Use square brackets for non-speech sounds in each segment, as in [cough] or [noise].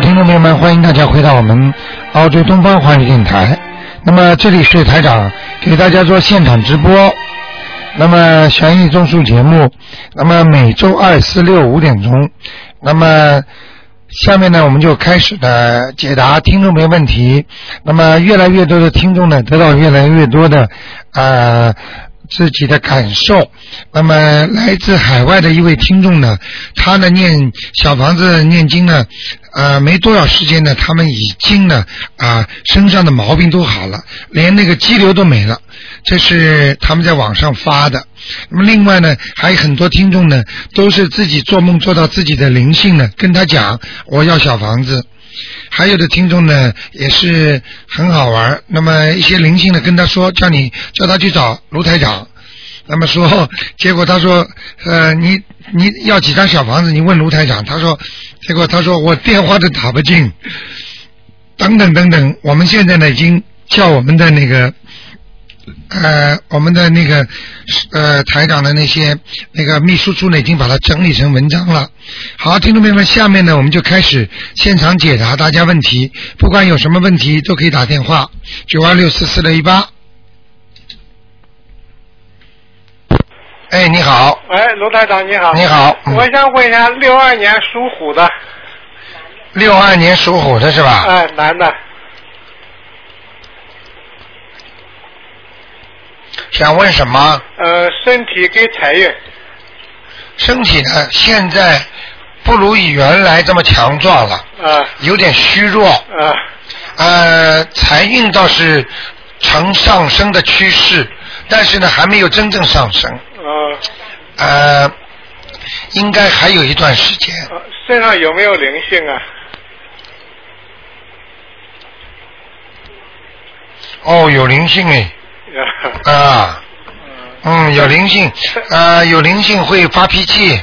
众朋友们，欢迎大家回到我们澳洲东方华语电台。那么这里是台长给大家做现场直播，那么悬疑综述节目，那么每周二、四、六五点钟。那么下面呢，我们就开始的解答听众朋友问题。那么越来越多的听众呢，得到越来越多的呃自己的感受。那么来自海外的一位听众呢，他呢念小房子念经呢，呃，没多少时间呢，他们已经呢啊、身上的毛病都好了，连那个肌瘤都没了。这是他们在网上发的。那么另外呢，还有很多听众呢，都是自己做梦做到自己的灵性呢，跟他讲我要小房子。还有的听众呢也是很好玩儿，那么一些灵性呢跟他说，叫你叫他去找卢台长，那么说，结果他说，呃，你你要几张小房子？你问卢台长，他说，结果他说我电话都打不进，等等等等，我们现在呢已经叫我们的那个。呃，我们的那个呃台长的那些那个秘书处呢，已经把它整理成文章了。好，听众朋友们，下面呢，我们就开始现场解答大家问题，不管有什么问题都可以打电话九二六四四六一八。哎，你好，喂，卢台长你好。你好嗯我想问一下，六二年属虎的，六二年属虎的是吧？哎，男的，想问什么？呃，身体跟财运，身体呢，现在不如以原来这么强壮了，啊有点虚弱。啊呃，财运倒是呈上升的趋势，但是呢，还没有真正上升。呃，呃，应该还有一段时间。呃身上有没有灵性啊？ [laughs] 哦，有灵性哎，啊啊，嗯，有灵性，啊，有灵性会发脾气，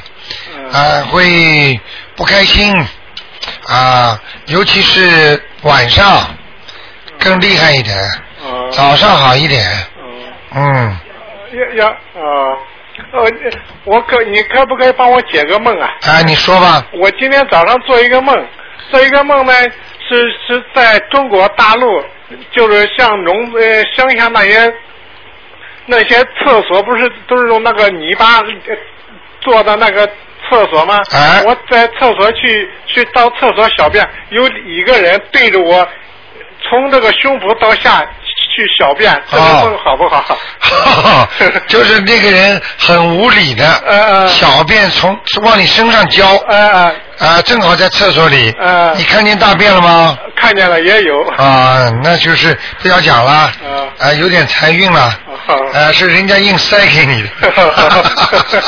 嗯啊，会不开心，啊，尤其是晚上更厉害一点，嗯早上好一点，嗯，嗯，要要啊，呃，我可你可不可以帮我解个梦啊？啊，你说 [laughs] 吧，我今天早上做一个梦，做一个梦呢是是在中国大陆，就是像农呃乡下那些那些厕所不是都是用那个泥巴呃做的那个厕所吗？哎我在厕所去去到厕所小便，有一个人对着我从这个胸脯到下去小便，这个哦梦好不好？就是那个人很无理的，呃小便从往你身上浇，呃呃啊，正好在厕所里，呃你，看见大便了吗？看见了也有。啊，那就是不要讲了，嗯啊，有点财运了，好。啊，是人家硬塞给 [laughs] 你的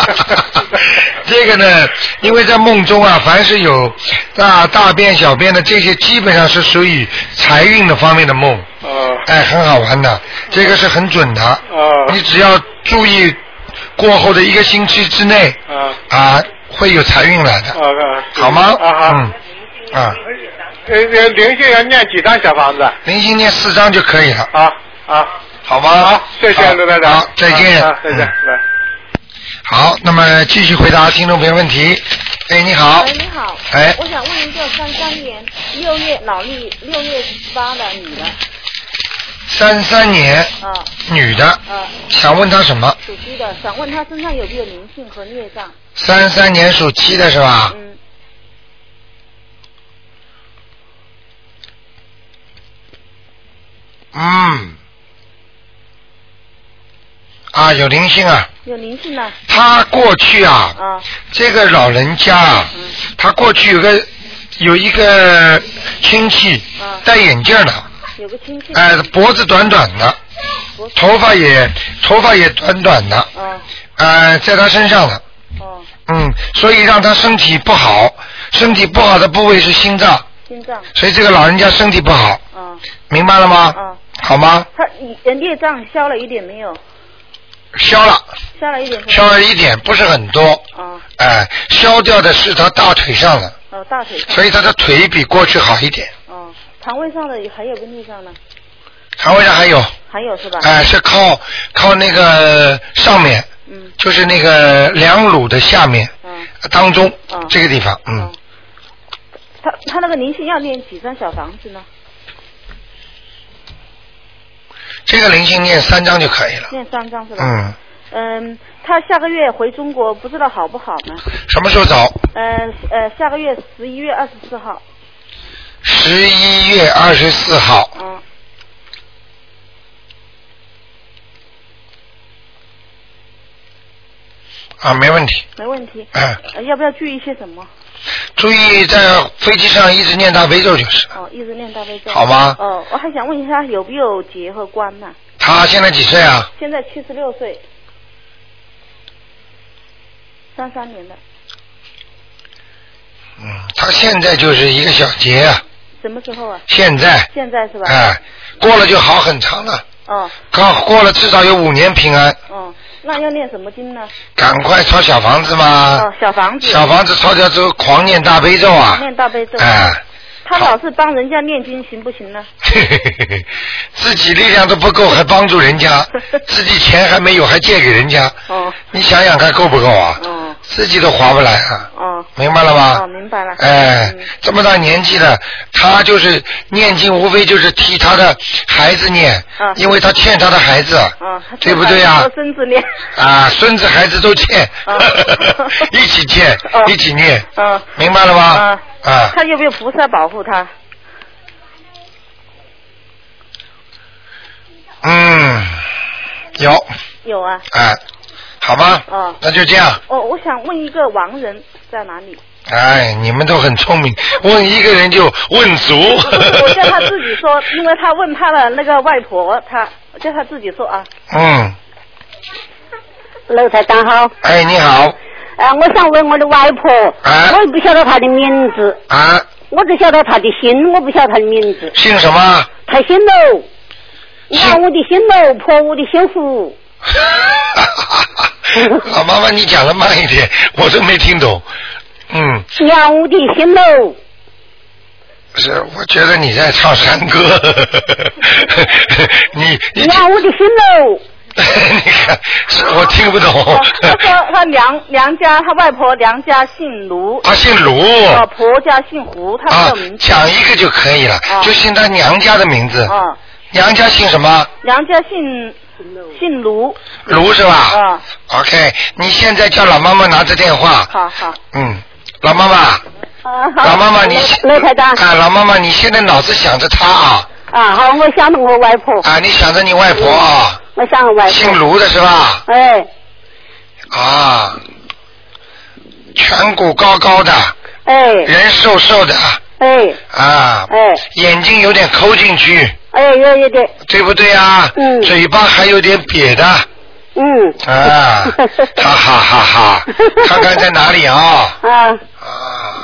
这个呢，因为在梦中啊，凡是有大大便、小便的这些，基本上是属于财运的方面的梦，呃哎，很好玩的，这个是很准的。呃你只要注意，过后的一个星期之内啊啊，会有财运来的，啊，哦好吗？啊嗯哈，，啊，呃，呃灵性要念几张小房子？零星念四张就可以了。啊啊，好吗？好谢谢刘台长好，，再见。啊啊再见，嗯来。好，那么继续回答听众朋友问题。哎，你好喂，。你好。哎我想问一个三三年六月脑力六月十八的女的，三三年，啊女的，啊，想问她什么？属鸡的，想问她身上有没有灵性和孽障？三三年属鸡的是吧？嗯，嗯。啊，有灵性啊！有灵性呢。她过去啊，啊这个老人家啊，嗯她过去有个有一个亲戚嗯戴眼镜的，有个亲戚。哎、脖子短短的，我头发也头发也短短的，哦呃，在他身上了，哦，嗯，所以让他身体不好，身体不好的部位是心脏，心脏。所以这个老人家身体不好，啊明白了吗？啊，好吗？她呃孽障消了一点没有？消了，消了一点。消了一点，不是很多，啊哎、消掉的是他大腿上的，哦，大腿上。所以他的腿比过去好一点，哦，肠胃上的还有个孽障呢，肠胃上还有，还有是吧？哎、是靠靠那个上面，嗯就是那个两乳的下面嗯当中嗯这个地方，嗯哦。他他那个灵性要念几张小房子呢？这个灵性念三张就可以了。念三张是吧？嗯，嗯他下个月回中国，不知道好不好呢？什么时候走？嗯呃，下个月十一月二十四号，十一月二十四号。嗯，啊，没问题。没问题。嗯，呃要不要注意些什么？注意在飞机上一直念大悲咒就是。哦，一直念大悲咒。好吗哦，我还想问一下，有没有结和关呢、他现在几岁啊？现在七十六岁，三三年的，嗯，他现在就是一个小结，什么时候啊？现在，现在是吧？哎，过了就好很长了，哦刚过了至少有五年平安，哦，那要念什么经呢？赶快抄小房子吧哦，，小房子。哦小房子抄掉之后狂念大悲咒啊，念大悲咒。哎，他老是帮人家念经，行不行呢？嘿嘿嘿嘿 [laughs] 自己力量都不够，还帮助人 [laughs] 家，自己钱还没有，还借给人家，哦你想想看够不够啊？哦自己都划不来啊，哦明白了吗？哦，明白了。哎嗯，这么大年纪了，他就是念经，无非就是替他的孩子念，啊因为他欠他的孩子，哦，对不对呀、他孙子念。啊？孙子孩子都欠，啊 [laughs] 一起欠，哦一起念，嗯。明白了吗啊？啊，他有没有菩萨保护他？嗯，有，有啊。哎，好吧，哦那就这样。哦，我想问一个亡人在哪里？哎，你们都很聪 [laughs] 明，问一个人就问足。我叫他自己说，因为他问他的那个外婆，他叫他自己说啊。嗯，楼台长好，哎，你好，啊，我想问我的外婆，啊我也不晓得她的名字，啊，我只晓得她的姓，我不晓得她的名字。姓什么？她姓楼，姓老屋的姓楼，婆屋的姓胡。 [laughs] 老妈妈，你讲的慢一点，我都没听懂。嗯，娘屋的姓楼，是，我觉得你在唱山歌。 [laughs] 你你娘屋的姓楼，你看，是我听不懂哦。 [laughs] 他说他娘娘家，他外婆娘家姓卢，他姓卢。哦，婆家姓胡，他没啊有名，字。讲一个就可以了，啊哦就姓他娘家的名字。哦，娘家姓什么？娘家姓姓卢，卢是吧？啊， OK，你现在叫老妈妈拿着电话。好好，嗯，老妈妈，啊好老妈妈，你楼台长啊，老妈妈，你现在脑子想着她啊，啊，好，我想着我外婆，嗯啊，你想着你外婆啊，我想我外姓婆，卢的是吧？哎啊，颧骨高高的，哎人瘦瘦的，哎啊，哎眼睛有点抠进去，哎，有有点，对不对啊？嗯嘴巴还有点瘪的，嗯，啊， [laughs] 哈哈哈哈，看看在哪里啊？啊，啊！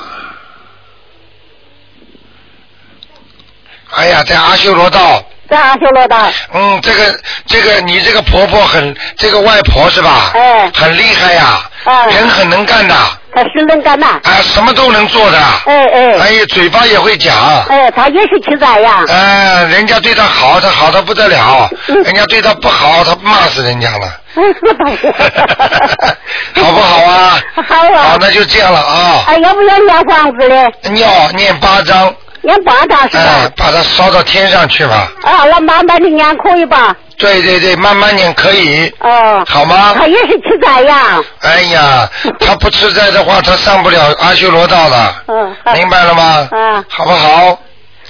哎呀，在阿修罗道，在阿修罗道，嗯，这个这个，你这个婆婆很，这个外婆是吧？哎很厉害呀、哎人很能干的，她是能干呐，啊，什么都能做的，哎哎哎，嘴巴也会讲，哎，她也是七仔呀， [laughs] 哎，人家对她好，她好的不得了嗯；人家对她不好，她骂死人家了，？哎，是吧 [laughs] 好不好啊？好啊。好，那就这样了啊。哎，要不要念房子嘞？尿念八章，念八大是哎吧？，把它烧到天上去吧。啊，那慢慢的念可以吧？哎对对对，慢慢点可以，哦，好吗？他也是七仔呀。哎呀，他不吃斋的话，他上不了阿修罗道的，嗯，明白了吗？嗯好不好？啊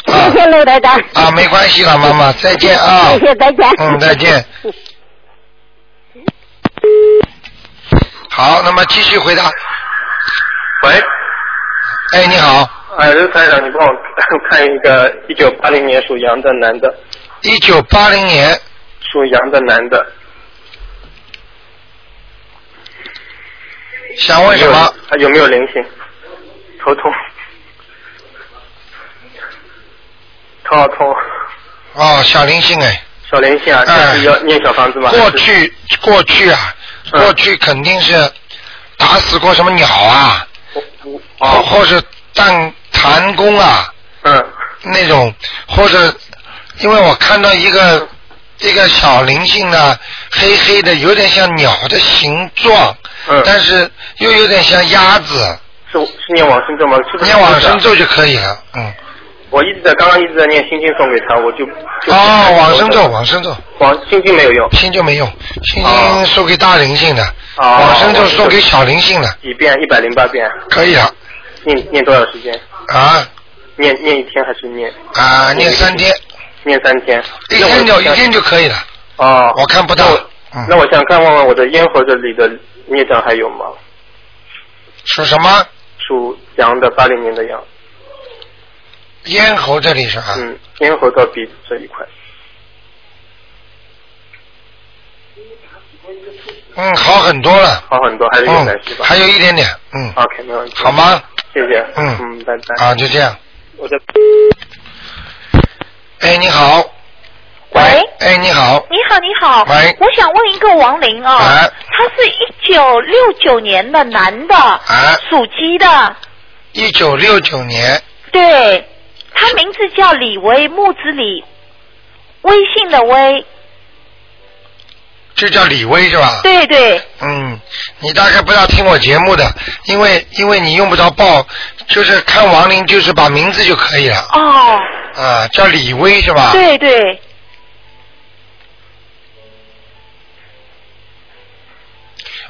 谢谢刘台长。啊，没关系了，妈妈，再见啊。谢谢，再见。嗯，再见。好，那么继续回答。喂，哎，你好，哎，刘台长，你帮我看一个一九八零年属羊的男的，一九八零年，属羊的男的，想问什么？他有没有灵性？头痛，头好痛，哦，小灵性哎，小灵性啊，哎这是要念小房子吗？过去过去啊，嗯过去肯定是打死过什么鸟啊，我我哦，或者弹弹弓啊嗯那种，或者因为我看到一个一个小灵性呢，黑黑的，有点像鸟的形状，嗯但是又有点像鸭子，是是念往生咒吗？是嗯不是念往生咒就可以了。嗯。我一直在刚刚一直在念心经送给他，我就就哦，往生咒，往生咒，往心经没有用，心就没用，心经哦送给大灵性的，哦往生咒送给小灵性的，几遍一百零八遍，可以了念念多少时间？啊念念一天还是念啊，念三天，念三天？一那我天就一想天就可以了，哦，我看不到那我。那嗯，我想看望望我的咽喉这里的孽障还有吗？属什么？属羊的八零年的羊，咽喉这里是啊吧？嗯，咽喉到鼻子这一块，嗯，好很多了。好很多，还是有嗯难是，吧？还有一点点，嗯， OK，没问题。好？吗？谢谢。嗯嗯，拜拜。啊，就这样。我的哎，你好。喂。哎，你好。你好，你好。喂我想问一个亡灵哦，哎他是一九六九年的男的，哎属鸡的，一九六九年，对，他名字叫李威，木子李，微信的微，就叫李威是吧？。对对，嗯，你大概不要听我节目的，因为因为你用不着报，就是看亡灵，就是把名字就可以了。哦，啊，叫李威是吧？。对对，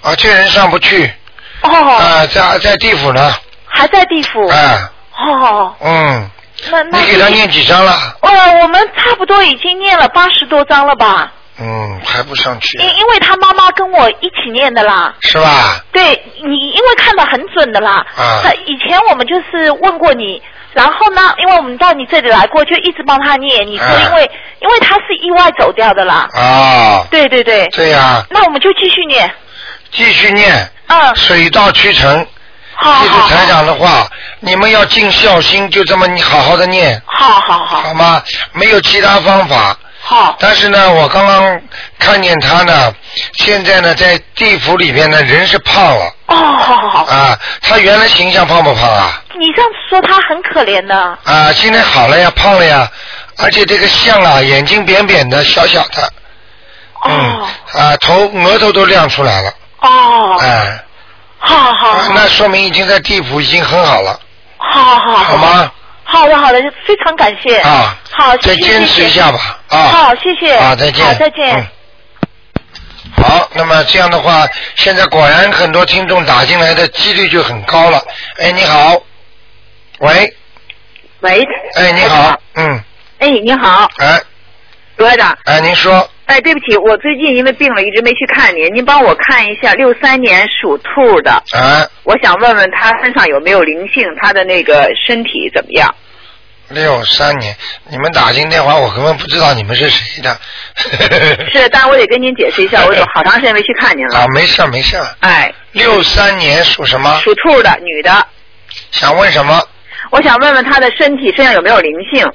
啊，这人上不去，哦，啊，在在地府呢，还在地府，啊，哦，嗯，那那你给他念几张了？呃，我们差不多已经念了八十多章了吧？嗯，还不上去因，因为他妈妈跟我一起念的啦。是吧？对你，因为看得很准的啦。啊他以前我们就是问过你，然后呢，因为我们到你这里来过，就一直帮他念。你说啊因为、因为他是意外走掉的啦。啊，对对对。对呀、那我们就继续念。继续念，嗯，水到渠成。好记住好台好。长的话，你们要尽孝心，就这么你好好的念，好好好好吗？没有其他方法。好。但是呢，我刚刚看见他呢，现在呢在地府里边呢，人是胖了哦，好好好。啊。他原来形象胖不胖啊？你上次说他很可怜的。啊，现在好了呀，胖了呀，而且这个像啊，眼睛扁扁的，小小的，嗯哦、，啊，头额头都亮出来了，哦，哎、好好好啊那说明已经在地府已经很好了，好好好吗？好的好的，非常感谢。啊，好，谢再哦谢坚持一下。吧，啊。谢谢好，谢谢。啊，再见。好，再见。嗯好，那么这样的话，现在果然很多听众打进来的几率就很高了。哎，你好，喂，喂，哎，你好，嗯，哎，你好，哎，罗院长，哎，您说，哎，对不起，我最近因为病了，一直没去看您，您帮我看一下六三年属兔的，哎，我想问问他身上有没有灵性，他的那个身体怎么样？六三年，你们打进电话，我根本不知道你们是谁的。 [laughs] 哎是，但我得跟您解释一下，我有好长时间没去看您了啊，。没事儿没事儿。哎，六三年属什么？属兔的女的，想问什么？我想问问她的身体身上有没有灵性？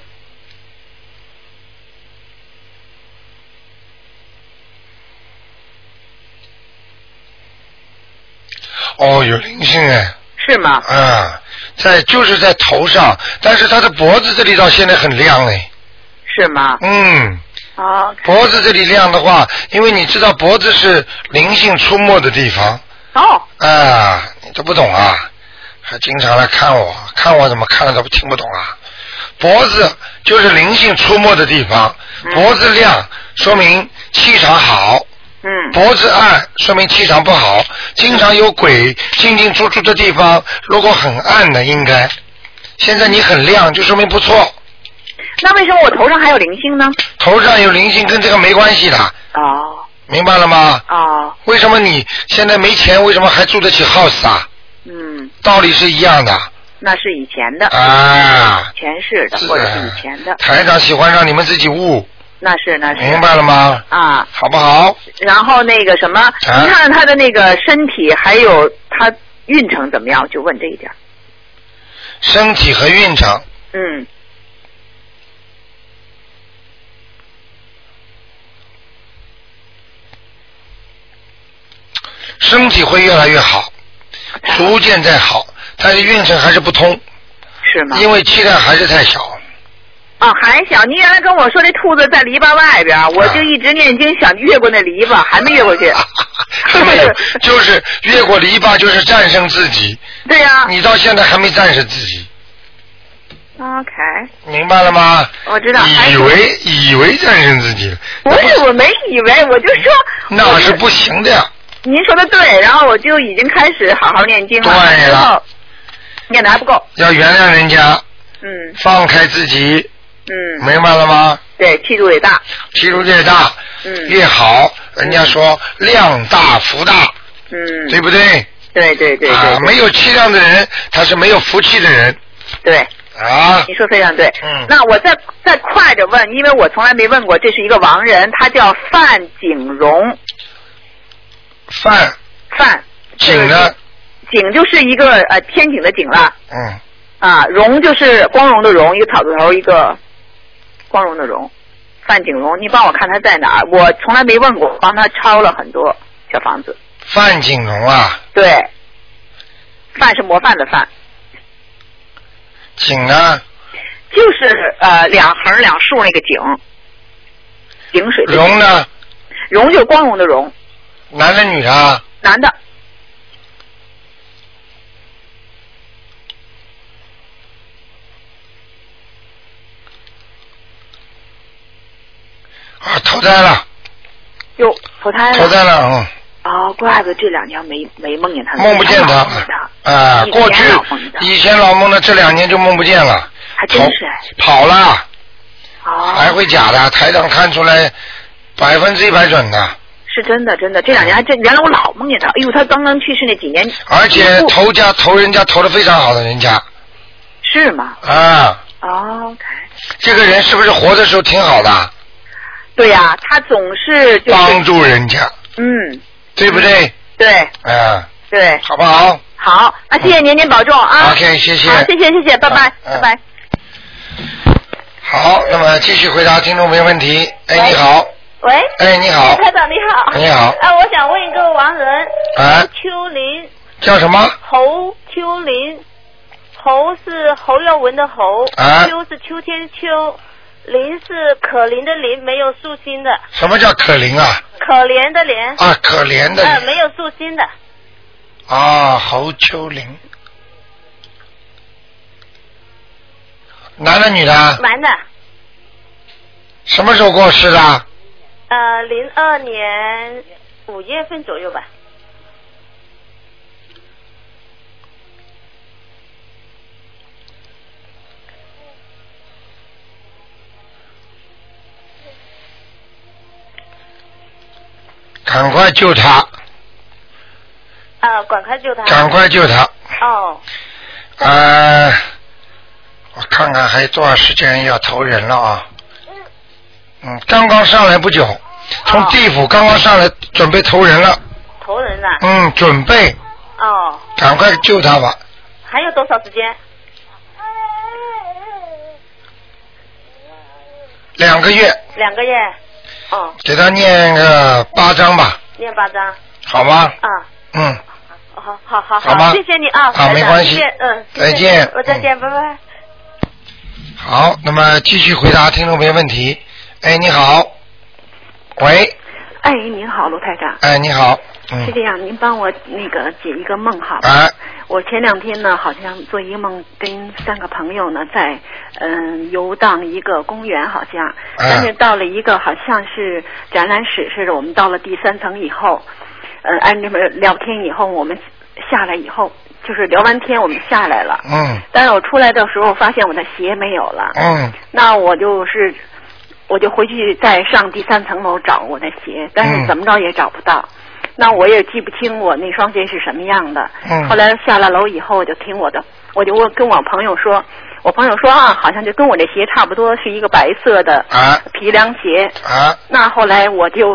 哦，有灵性哎，是吗？啊，在就是在头上，但是他的脖子这里到现在很亮哎，是吗？嗯。啊脖子这里亮的话，因为你知道脖子是灵性出没的地方哦，啊，你都不懂啊，还经常来看我，看我怎么看了都听不懂啊。脖子就是灵性出没的地方，嗯脖子亮说明气场好，嗯，脖子暗说明气场不好，经常有鬼进进出出的地方，如果很暗的应该。现在你很亮，就说明不错，那为什么我头上还有灵性呢？头上有灵性跟这个没关系的，哦明白了吗？哦，为什么你现在没钱，为什么还住得起 house 啊？嗯，道理是一样的那是以前的，啊。前世的是或者是以前的，台长喜欢让你们自己悟，那是那是。明白了吗？啊，好不好？啊然后那个什么，您看看他的那个身体，还有他运程怎么样？就问这一点。身体和运程，嗯，身体会越来越好，太好逐渐在好，但是运程还是不通，是吗？因为气量还是太 [laughs] 小。啊，还小。您原来跟我说啊 [laughs] 这兔子在篱笆外边儿，我就一直念经想越过那篱笆，还没越过去。是没有，就是越过篱笆就是战胜自己。 [laughs] 对呀、你到现在还没战胜自己， OK，明白了吗？我知道。还以有为以为战胜自己了，不是，我没以为，我就说那是不行的呀。您说的对，然后我就已经开始好好念经了。对了之后念的还不够，要原谅人家，嗯放开自己，嗯，明白了吗？对，气度也大，气度越大嗯越好，人家说量大福大，嗯，对不对？对对对对啊，没有气量的人，他是没有福气的人对，啊你。说非常对。嗯那我再再快着问，因为我从来没问过，这是一个亡人，他叫范景荣，范范景呢？景就是一个呃天井的井了嗯，啊，荣就是光荣的荣，一个草字头一个光荣的荣，范景荣，你帮我看他在哪儿？我从来没问过，帮他抄了很多小房子。范景荣啊，对，范是模范的范，景啊呢？就是呃两横两竖那个井，井水的井荣呢？荣就是光荣的荣，男的女的啊？男的，啊，投胎了，哟，投胎投胎了，嗯。哦，怪不得这两年没没梦见他，梦不见他他了啊！以前过去老梦见他以前老梦了，这两年就梦不见了，还真跑是哎跑了，哦，还会假的，台长看出来百分之一百准的，是真的真的，这两年还真原来我老梦见他，哎呦，他刚刚去世那几年，而且不投家投人家投的非常好的人家是吗？啊，哦，OK，这个人是不是活的时候挺好的，对呀、他总是就帮是助人家，嗯，对不对？对啊，对，好不好好，那谢谢您，您保重啊。 ？OK，谢谢好，。谢谢谢谢，拜拜啊嗯拜拜。好，那么继续回答听众朋友问题。哎，你好，喂，哎，你好，台长你好。你好啊，我想问一个亡人，哎，秋林，叫什么？侯秋林，侯是侯耀文的侯，啊秋是秋天秋，林是可怜的林，没有竖心的，什么叫可怜啊？可怜的怜，啊，可怜的呃，人没有竖心的，啊，侯秋林，男的女的？男的，什么时候过世的？呃，零二年五月份左右吧，赶快救他，啊，赶快救他。赶快救他！哦，呃，我看看还有多少时间要投人了啊？嗯，刚刚上来不久，从地府刚刚上来，准备投人了。哦投人了。嗯，准备，哦，赶快救他吧。还有多少时间？两个月，两个月。哦，给他念个八章吧，念八章。好吗？啊。嗯，好好好好吗谢谢你啊，好没台长关系谢谢嗯，谢谢再见嗯我再见，拜拜。好，那么继续回答听众朋友问题。哎，你好，喂，哎，您好，卢台长，哎，你好，是嗯，这样，您帮我那个解一个梦好吧？哎，我前两天呢，好像做一个梦，跟三个朋友呢在嗯、游荡一个公园，好像，哎但是到了一个好像是展览室似的，我们到了第三层以后，呃，按那边聊天以后，我们下来以后，就是聊完天我们下来了，嗯但是我出来的时候发现我的鞋没有了，嗯那我就是。我就回去再上第三层楼找我的鞋，但嗯是怎么着也找不到。那我也记不清我那双鞋是什么样的。嗯后来下了楼以后，我就听我的，我就问跟我朋友说，我朋友说啊，好像就跟我这鞋差不多，是一个白色的啊皮凉鞋。啊，那后来我就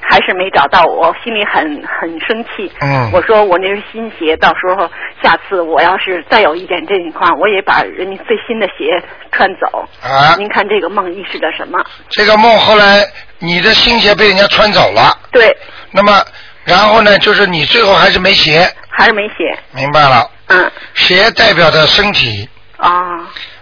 还是没找到，我心里很很生气。嗯我说我那是新鞋，到时候下次我要是再有一点这情况，我也把人家最新的鞋穿走。啊您看这个梦预示着什么？这个梦后来你的新鞋被人家穿走了，对，那么然后呢，就是你最后还是没鞋，还是没写。明白了？嗯鞋代表着身体，啊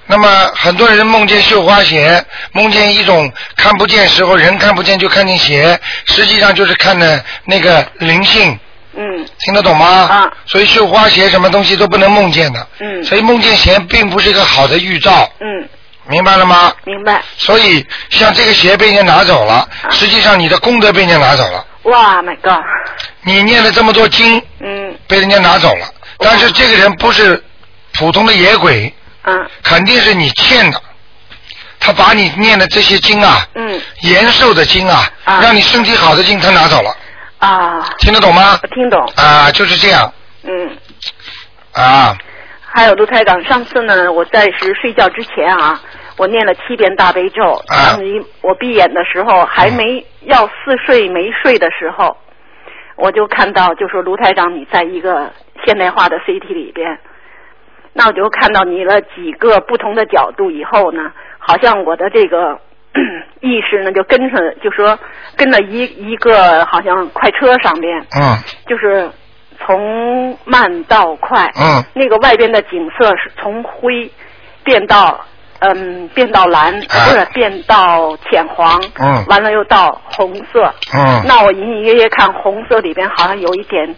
那么很多人梦见绣花鞋，梦见一种看不见时候人看不见就看见鞋，实际上就是看的那个灵性。嗯，听得懂吗？啊。所以绣花鞋什么东西都不能梦见的。嗯所以梦见鞋并不是一个好的预兆，嗯，明白了吗？明白。所以像这个鞋被人家拿走了，实际上你的功德被人家拿走了。哇，My God，你念了这么多经，嗯被人家拿走了，但是这个人不是普通的野鬼，嗯肯定是你欠的。他把你念的这些经啊，嗯延寿的经啊，让你身体好的经，他拿走了，啊，听得懂吗？我听懂，啊，就是这样嗯。啊，还有卢台长，上次呢，我在是睡觉之前啊，我念了七遍大悲咒。啊当你我闭眼的时候，还没要似睡没睡的时候，我就看到，就说卢台长，你在一个现代化的 CT 里边，那我就看到你了几个不同的角度以后呢，好像我的这个 [clears throat] 意识呢就跟着，就说跟着一一个好像快车上边，嗯就是从慢到快。嗯那个外边的景色是从灰变到嗯变到蓝，不是变到浅黄，啊嗯完了又到红色。嗯那我隐隐约约看红色里边好像有一点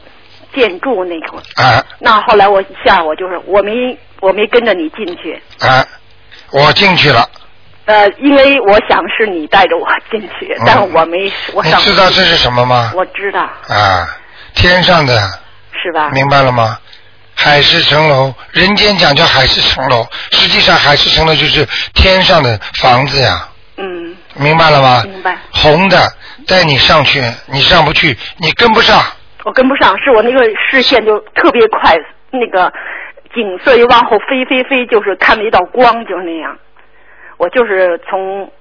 建筑那种。啊那后来我一下我就是我没我没跟着你进去，啊，我进去了，呃，因为我想是你带着我进去，嗯但我没我你想知道这是什么吗？我知道啊，天上的。是吧？明白了吗？海市蜃楼，人间讲叫海市蜃楼，实际上海市蜃楼就是天上的房子呀，嗯，明白了吗？明白。红的带你上去，你上不去，你跟不上，我跟不上，是我那个视线就特别快，那个景色又往后飞飞飞，就是看了一道光，就是那样。我就是从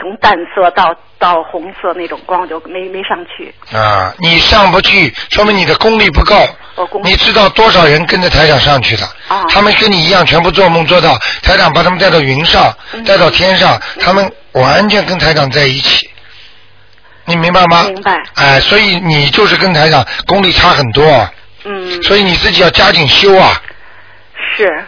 从淡色到到红色那种光，我就没没上去。啊，你上不去，说明你的功力不够。哦你知道多少人跟着台长上去的？啊他们跟你一样，全部做梦做到台长把他们带到云上，嗯带到天上，他们完全跟台长在一起。你明白吗？明白。哎，所以你就是跟台长功力差很多。嗯。所以你自己要加紧修啊。是，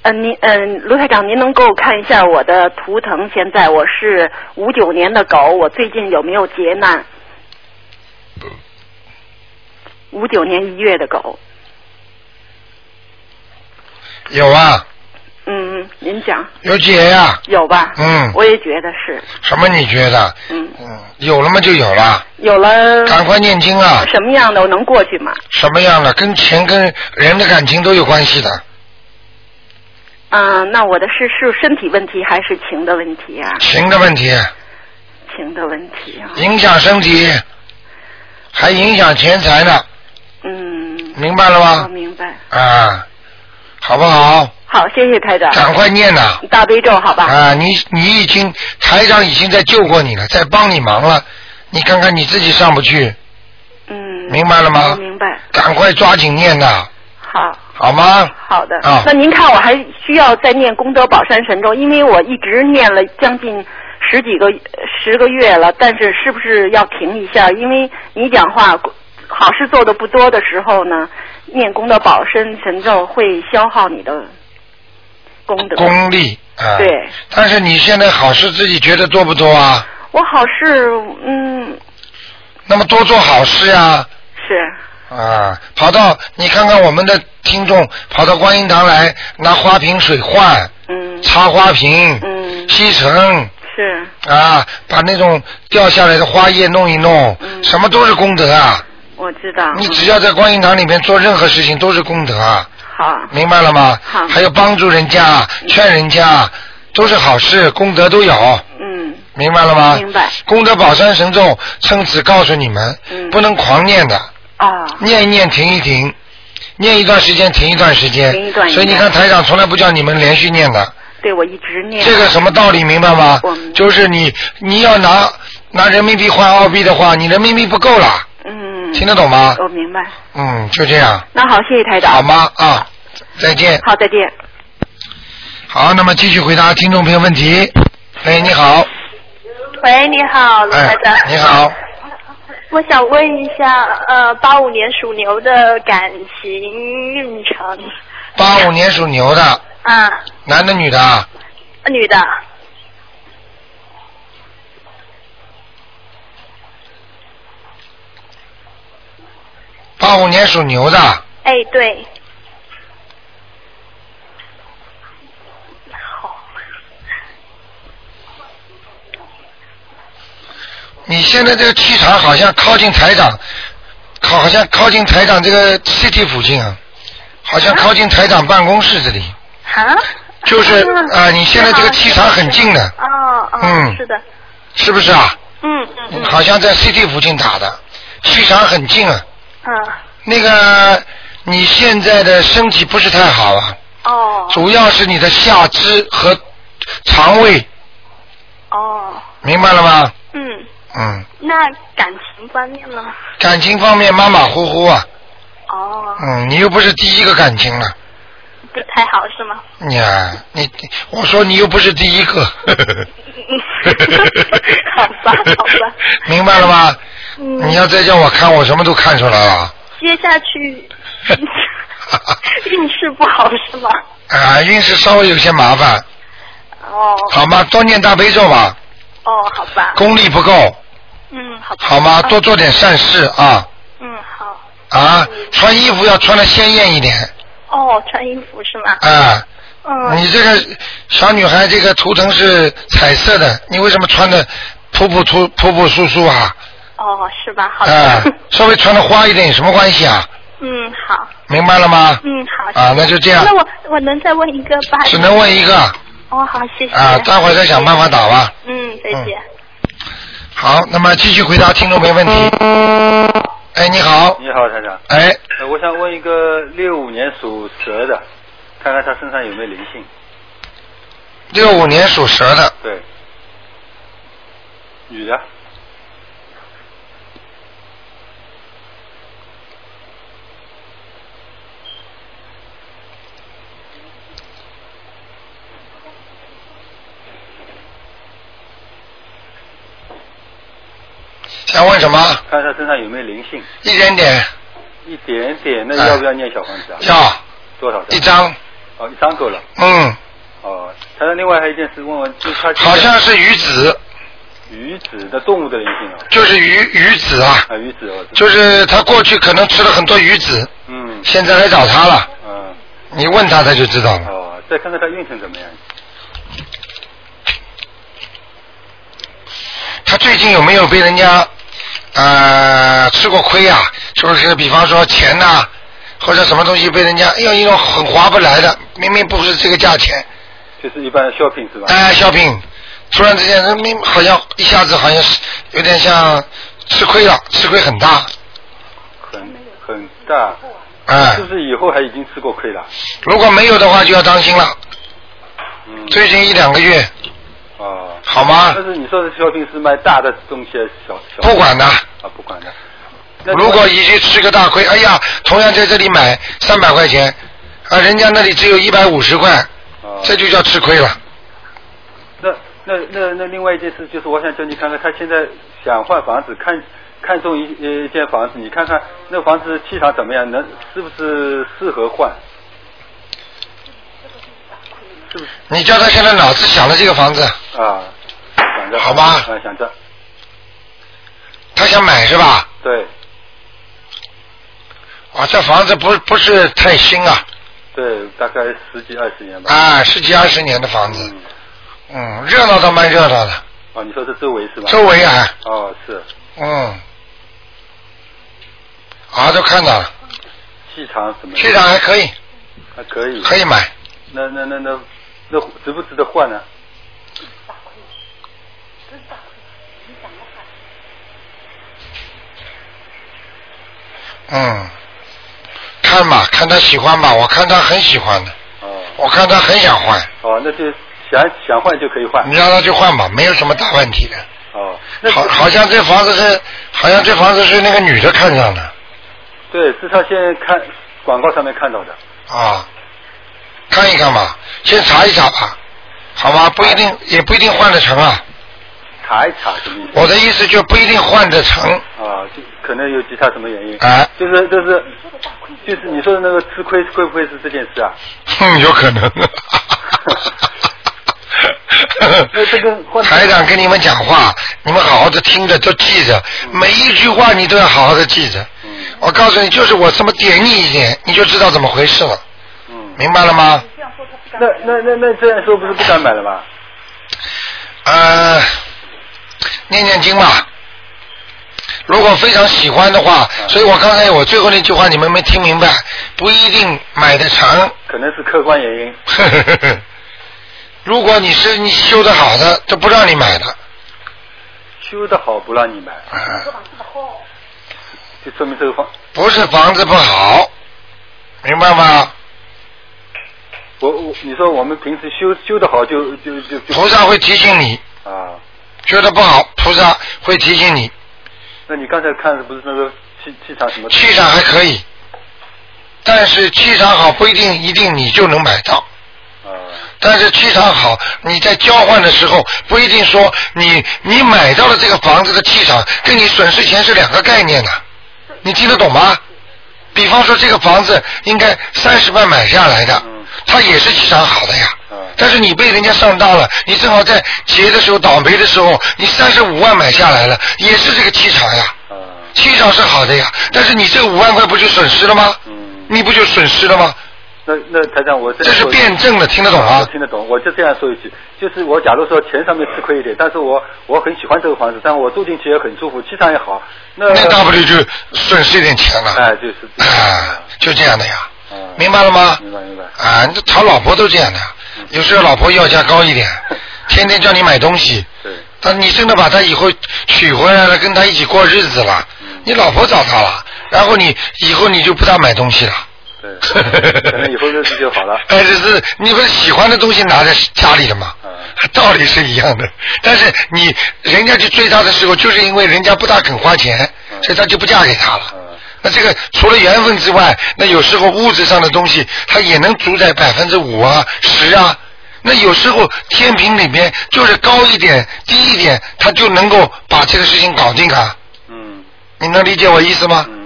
呃，您，嗯、卢台长，您能给我看一下我的图腾？现在我是五九年的狗，我最近有没有劫难？五九年一月的狗，有啊，嗯，您讲有解呀、有吧？嗯我也觉得是，什么你觉得？嗯，有了吗？就有了。有了。赶快念经啊！什么样的我能过去吗？什么样的？跟钱跟人的感情都有关系的。嗯、那我的是是身体问题还是情的问题啊？情的问题情的问题啊，影响身体，还影响钱财呢，嗯，明白了我吗？明白。啊，好不好？好，谢谢台长。赶快念呐！大悲咒，好吧？啊，你你已经台长已经在救过你了，在帮你忙了，你看看你自己上不去，嗯，明白了吗我明白，赶快抓紧念呐，好。好吗？好的，啊那您看我还需要再念功德宝山神咒，因为我一直念了将近十几个十个月了，但是是不是要停一下？因为你讲话好事做的不多的时候呢，念功德宝山神咒会消耗你的功德。功力啊。对。但是你现在好事自己觉得多不多啊？我好事，嗯，那么多做好事呀、是啊，跑到你看看我们的听众跑到观音堂来拿花瓶水换，嗯，擦花瓶，嗯，吸尘是，啊，把那种掉下来的花叶弄一弄，嗯什么都是功德啊！我知道。你只要在观音堂里面做任何事情都是功德啊，好，明白了吗？好还有帮助人家、劝人家，都是好事，功德都有。嗯，明白了吗？明白。嗯功德宝山神咒，趁此告诉你们，不能狂念的。啊。念一念，停一停，念一段时间，停一段时间。停一段所以你看，一段台长从来不叫你们连续念的，对啊我一直念。这个什么道理明白吗？就是你你要拿拿人民币换澳币的话，你人民币不够了。嗯。听得懂吗？我明白。嗯，就这样，那好，谢谢台长。好吗？啊，再见。好，再见。好，那么继续回答听众朋友问题。哎，你好，喂，你好，卢哎台长。，你好，我想问一下，呃，八五年属牛的感情运程。八五年属牛的，啊，男的女的啊？女的，八五年属牛的，哎，对，你现在这个气场好像靠近台长，靠好像靠近台长这个 CT 附近啊，好像靠近台长办公室这里，啊，就是啊、你现在这个气场很近的，哦哦，嗯是的，是不是啊？嗯嗯嗯，好像在 CT 附近打的，气场很近啊。啊，那个你现在的身体不是太好啊。哦。主要是你的下肢和肠胃。哦。明白了吗？嗯，嗯，那感情方面呢？感情方面马马虎虎啊。哦，嗯，你又不是第一个感情了，不太好是吗？你啊，你我说你又不是第一 [laughs] 个。嗯好吧，好吧。 [laughs] 明白了吗？嗯你要再叫我看，我什么都看出来啊 [laughs] 了。接下去运势不好是吗？啊，运势稍微有些麻烦，哦好吗？多念大悲咒吧，哦，好吧。功力不够，嗯，好吧。好吗？多做点善事啊嗯，好。嗯啊！穿衣服要穿的鲜艳一点哦，穿衣服是吗？啊！嗯。你这个小女孩，这个图腾是彩色的，你为什么穿的朴朴突朴朴素素啊？哦，是吧？好的。啊，稍微穿的花一点有什么关系啊？嗯，好。明白了吗？嗯，好。啊那就这样那我我能再问一个吧？只能问一个。哦，好，谢谢。啊待会儿再想办法打吧。嗯，再见。好，那么继续回答听众朋友 [laughs] 问题。哎，你好，你好，台长。哎，呃我想问一个六五年属蛇的，看看他身上有没有灵性。六五年属蛇的，对，女的，想问什么？看他身上有没有灵性。一点点，一点点，那哎要不要念小房子啊？要多少张？一张。哦，一张够了。嗯，哦，台长，另外还有一件事问问，就是他好像是鱼子，鱼子的动物的灵性哦。就是鱼鱼子啊，啊，鱼子哦。就是他过去可能吃了很多鱼子，嗯。现在来找他了，嗯。你问他他就知道了。哦，再看看他运程怎么样。他最近有没有被人家呃吃过亏啊？就是比方说钱呐、或者什么东西被人家用一种很划不来的，明明不是这个价钱，就是一般的 shopping 是吧？哎，小品，突然之间，人民好像一下子好像是有点像吃亏了，吃亏很大，很很大。哎是不是以后还已经吃过亏了？如果没有的话就要当心了。最近一两个月，嗯哦。好吗但是你说的 shopping 是卖大的东西还是小小？不管的啊，不管的。那如果一去吃个大亏，哎呀，同样在这里买三百块钱，啊，人家那里只有一百五十块，这就叫吃亏了。那那那那另外一件事就是，我想叫你看看他现在想换房子，看看中一呃一间房子，你看看那房子气场怎么样，能是不是适合换？你叫他现在脑子想着这个房子，啊，想着好吧啊，想着他想买是吧？对哇，这房子不不是太新啊，对，大概十几二十年吧。啊，十几二十年的房子，嗯，热闹倒蛮热闹的，哦，你说是周围是吧？周围啊。哦，是嗯，啊，都看到了，气场怎么样？气场还可以，还可以。可以买。那那那那那值不值得换呢、嗯，看吧，看他喜欢吧，我看他很喜欢的，哦我看他很想换，哦，那就想想换就可以换。你让他去换吧，没有什么大问题的。哦，那好，好像这房子是，好像这房子是那个女的看上的对，是他现在看广告上面看到的。啊，看一看吧，先查一查吧，好吧，不一定，也不一定换得成啊。查一查什么意思？我的意思就不一定换得成，啊，就可能有其他什么原因。哎就是就是就是你说的那个吃亏会不会是这件事啊？哼，有可能。嗯台长跟你们讲话，你们好好的听着，都记着，每一句话你都要好好的记着。我告诉你，就是我这么点你一点，你就知道怎么回事了。明白了吗？那那那那这样说不是不敢买了吗？呃，念念经吧。如果非常喜欢的话，嗯所以我刚才我最后那句话你们没听明白，不一定买得成。可能是客观原因。嗯 [laughs] 如果你是你修的好的，都不让你买的。啊修的好不让你买，就说明这个房，不是房子不好，明白吗？我我你说我们平时修修的好就就就就菩萨会提醒你，啊。修的不好，菩萨会提醒你。那你刚才看的不是那个气气场什么？气场还可以，但是气场好不一定一定你就能买到。但是气场好，你在交换的时候不一定说你你买到了这个房子的气场，跟你损失钱是两个概念的，啊你听得懂吗？比方说这个房子应该三十万买下来的，它也是气场好的呀。但是你被人家上当了，你正好在劫的时候倒霉的时候，你三十五万买下来了，也是这个气场呀。气场是好的呀，但是你这五万块不就损失了吗？嗯你不就损失了吗？那那台长，我这这是辩证的听得懂啊我听得懂，我就这样说一句，就是我假如说钱上面吃亏一点，但是我我很喜欢这个房子，但我住进去也很舒服，气场也好，那那大不了就损失一点钱了。哎，就是嗯啊，就这样的呀，明白了吗？明白明白。嗯啊，你这讨老婆都这样的，有时候老婆要价高 [laughs] 一点，天天叫你买东西，对，但你真的把她以后娶回来了，跟她一起过日子了，嗯你老婆找她了，然后你以后你就不大买东西了。对，可能以后日子就好了。 [laughs] 哎，这是你不是喜欢的东西拿在家里的吗？道理是一样的，但是你人家去追她的时候，就是因为人家不大肯花钱，所以她就不嫁给他了。那这个除了缘分之外，那有时候物质上的东西，它也能主宰百分之五啊、十啊。那有时候天平里面就是高一点、低一点，他就能够把这个事情搞定啊。嗯，你能理解我意思吗？嗯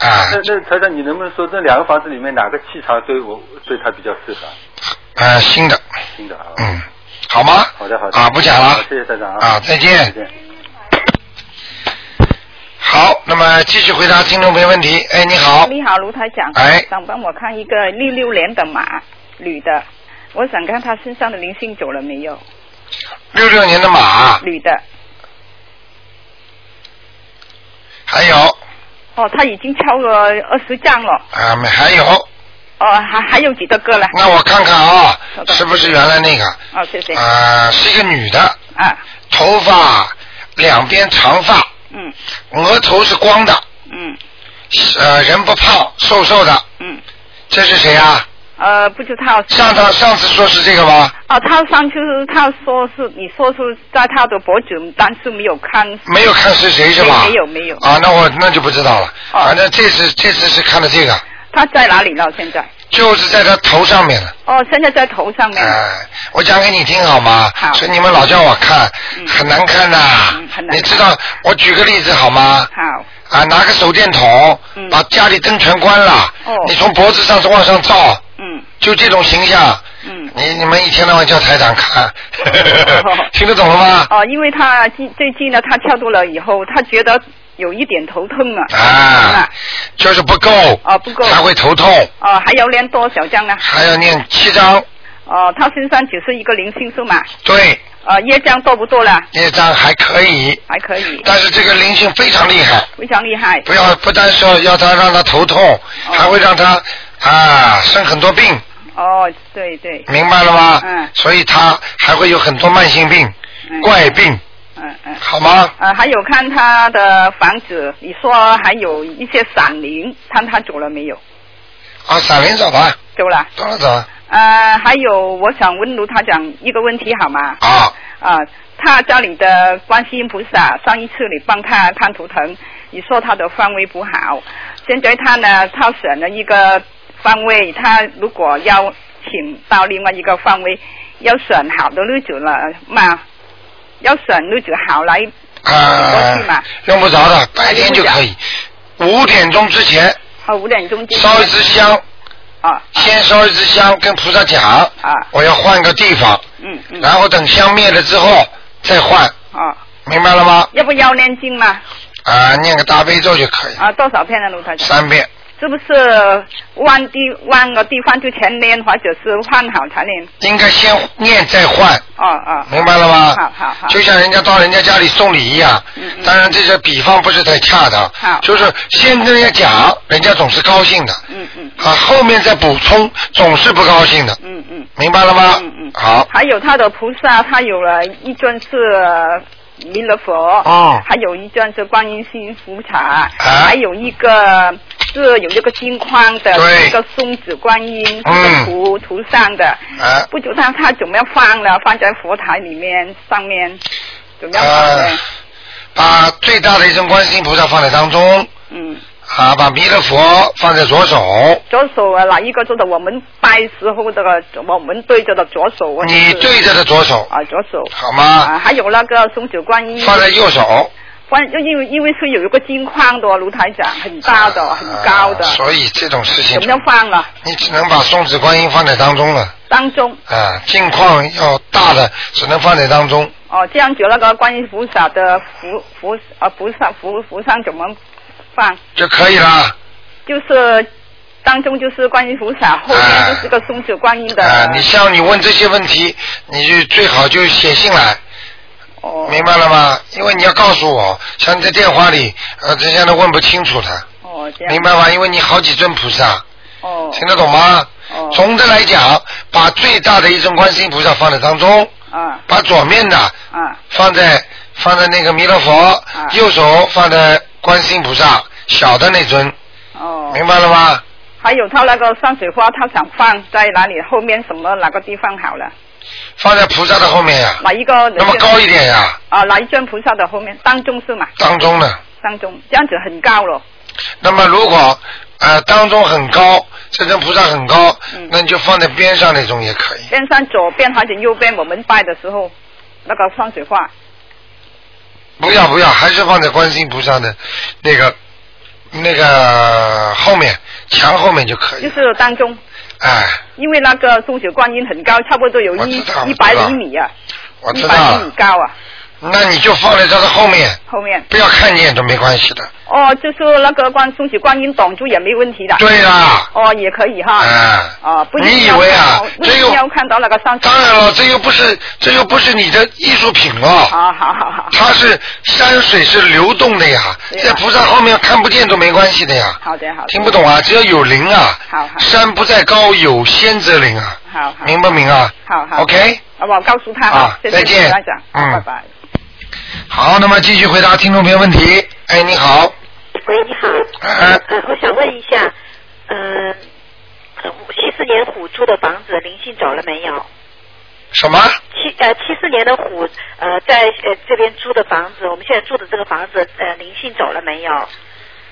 啊，那那台长，你能不能说这两个房子里面哪个气场对我对他比较适合？啊，新的，新的啊，嗯，好吗？好的好的啊，不讲了好。谢谢台长啊再见再见。好，那么继续回答听众朋友问题。哎，你好，你好，卢台长。哎想帮我看一个六六年的马，女的，我想看她身上的灵性走了没有？六六年的马，啊女的。还有哦，她已经超了二十张了。啊，没还有，哦，还还有几个歌了？那我看看啊，是不是原来那个？哦，谢谢。啊，是一个女的，啊，头发两边长发，嗯，额头是光的，嗯，呃，人不胖，瘦瘦的，嗯，这是谁啊？呃，不知道。上他上次说是这个吗？哦，她上次她说是你说是在她的脖子，但是没有看。没有看是谁是吧没有没有。哦啊，那我那就不知道了。反正这次这次是看的这个，她在哪里了？现在？就是在他头上面了。哦，现在在头上面。哎，我讲给你听好吗？所以你们老叫我看，嗯很难看呐、你知道，我举个例子好吗？好。嗯啊，拿个手电筒，把家里灯全关了，哦你从脖子上是往上照，嗯就这种形象。你你们一天到晚叫台长看， [laughs] 听得懂了吗？哦，因为他近最近呢，他跳多了以后，他觉得有一点头痛啊。啊，就是不够，哦，不够。才会头痛。哦，还要练多少张啊？还要念七张。哦，他身上只是一个灵性是吗？对，呃，业障多不多啦？业障还可以，还可以。但是这个灵性非常厉害。非常厉害。不要不单说要他让他头痛，还会让他啊生很多病，哦，对对。明白了吗？嗯。所以他还会有很多慢性病、怪病，嗯嗯。好吗？呃，还有看他的房子，你说还有一些闪灵，看他走了没有？啊，闪灵走吧，走了。走了走了。呃，还有我想问卢他讲一个问题好吗？啊。啊、他家里的观世音菩萨，上一次你帮他看图腾，你说他的方位不好，现在他呢，他选了一个方位，他如果要请到另外一个方位，要选好的日子了嘛，要选日子好来啊过去嘛，用不着的，白天就可以。五点钟之前啊，五点钟之前烧一支香，啊，先烧一支香，跟菩萨讲，啊我要换个地方，嗯嗯，然后等香灭了之后再换，啊，明白了吗？要不要念经嘛？啊，念个大悲咒就可以，啊，多少遍呢，卢台长？三遍。是不是换地换个地方就全练，或者是换好才练？应该先念再换。哦哦。明白了吗好好嗯好。就像人家到人家家里送礼一样，当然这些比方不是太恰当，就是先跟人家讲，人家总是高兴的，嗯嗯，啊，后面再补充总是不高兴的，嗯嗯，明白了吗？嗯嗯，好，还有他的菩萨，他有了一尊是弥勒佛，哦啊还有一尊是观音心福茶，还有一个是有一个金框的，对一个松子观音，一嗯个图图上的，啊不知道他怎么样放了，放在佛台里面上面，怎么样放呢？呃，把最大的一尊观世音菩萨放在当中，嗯，啊，把弥勒佛放在左手，左手啊，哪一个做的？我们拜时候这个，我们对着的左手啊。你就对是着的左手啊，左手。好吗啊，还有那个松子观音。放在右手。关，就因为因为是有一个金框的卢台长，很大的，啊很高的，所以这种事情怎么样放了？你只能把送子观音放在当中了，当中啊，镜框要大的只能放在当中。哦，这样就那个观音菩萨的菩菩啊菩萨菩菩萨怎么放？就可以啦。就是当中就是观音菩萨，后面就是个松子观音的。啊，你像你问这些问题，你就最好就写信来。哦明白了吗？因为你要告诉我，像你在电话里，呃，这样都问不清楚的。哦，这样。明白吗？因为你好几尊菩萨。哦。听得懂吗？哦。总的来讲，把最大的一尊观世音菩萨放在当中，啊把左面的啊放在放在那个弥勒佛，右手放在观世音菩萨小的那尊，哦。明白了吗？还有他那个山水画，他想放在哪里？后面什么哪个地方好了？放在菩萨的后面呀、哪一个？那么高一点呀、啊，哪一尊菩萨的后面？当中是吗？当中呢。当中，这样子很高了。那么如果呃当中很高，这尊菩萨很高，嗯那你就放在边上那种也可以。边上左边还是右边？我们拜的时候，那个山水画。不要不要，还是放在观世音菩萨的那个那个呃后面墙后面就可以就了。是当中，哎，因为那个松雪观音很高，差不多有一道一百我知道厘米啊，我一知百道厘米了，高啊。那你就放在它的后面，后面。不要看见都没关系的。哦，就是那个观松雪观音挡住也没问题的。对啦。哦，也可以哈。哎。哦，不一定你以要为看啊到不这一定又要看到那个山水。当然了，这又不是这又不是你的艺术品了。好啊好好好。它是山水是流动的呀，在菩萨后面看不见都没关系的呀。好的好的。听不懂啊？只要有灵啊。好好山不在高，有仙则灵啊。好好。明不明啊？好好。 OK 好不好？告诉他啊谢谢再见台长，嗯拜拜。好，那么继续回答听众朋友问题。哎，你好，喂，你好。啊呃，我想问一下，嗯、呃，七四年虎住的房子灵性走了没有？什么？七呃七四年的虎呃在呃这边租的房子，我们现在住的这个房子呃灵性走了没有？